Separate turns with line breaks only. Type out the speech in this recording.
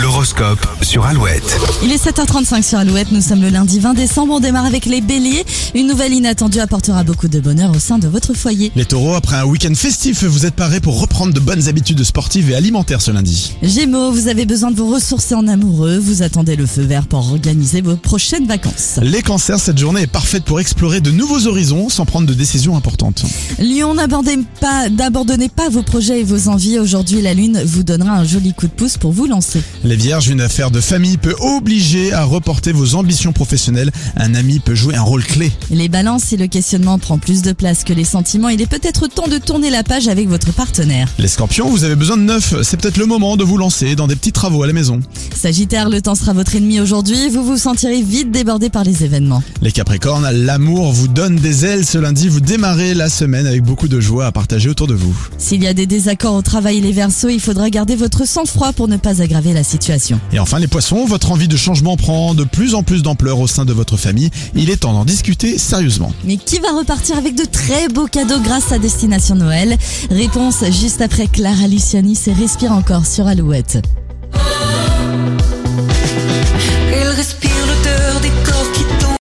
l'horoscope sur Alouette.
Il est 7h35 sur Alouette, nous sommes le lundi 20 décembre, on démarre avec les béliers. Une nouvelle inattendue apportera beaucoup de bonheur au sein de votre foyer.
Les taureaux, après un week-end festif, vous êtes parés pour reprendre de bonnes habitudes sportives et alimentaires ce lundi.
Gémeaux, vous avez besoin de vous ressourcer en amoureux, vous attendez le feu vert pour organiser vos prochaines vacances.
Les cancers, cette journée est parfaite pour explorer de nouveaux horizons sans prendre de décisions importantes.
Lyon, n'abandonnez pas, n'abandonnez pas vos projets et vos envies. Aujourd'hui, la lune vous donnera un joli coup de pouce pour vous lancer.
Les vierges, une affaire de famille peut obliger à reporter vos ambitions professionnelles. Un ami peut jouer un rôle clé.
Les balances, si le questionnement prend plus de place que les sentiments, il est peut-être temps de tourner la page avec votre partenaire.
Les scorpions, vous avez besoin de neuf. C'est peut-être le moment de vous lancer dans des petits travaux à la maison.
Sagittaire, le temps sera votre ennemi aujourd'hui, vous vous sentirez vite débordé par les événements.
Les capricornes, l'amour vous donne des ailes ce lundi. Vous démarrez la semaine avec beaucoup de joie à partager autour de vous.
S'il y a des désaccords au travail, les versos, il faudra garder votre sang-froid pour ne pas aggraver la situation.
Et enfin, les poissons, votre envie de changement prend de plus en plus d'ampleur au sein de votre famille. Il est temps d'en discuter sérieusement.
Mais qui va repartir avec de très beaux cadeaux grâce à Destination Noël Réponse juste après Clara Luciani et Respire encore sur Alouette.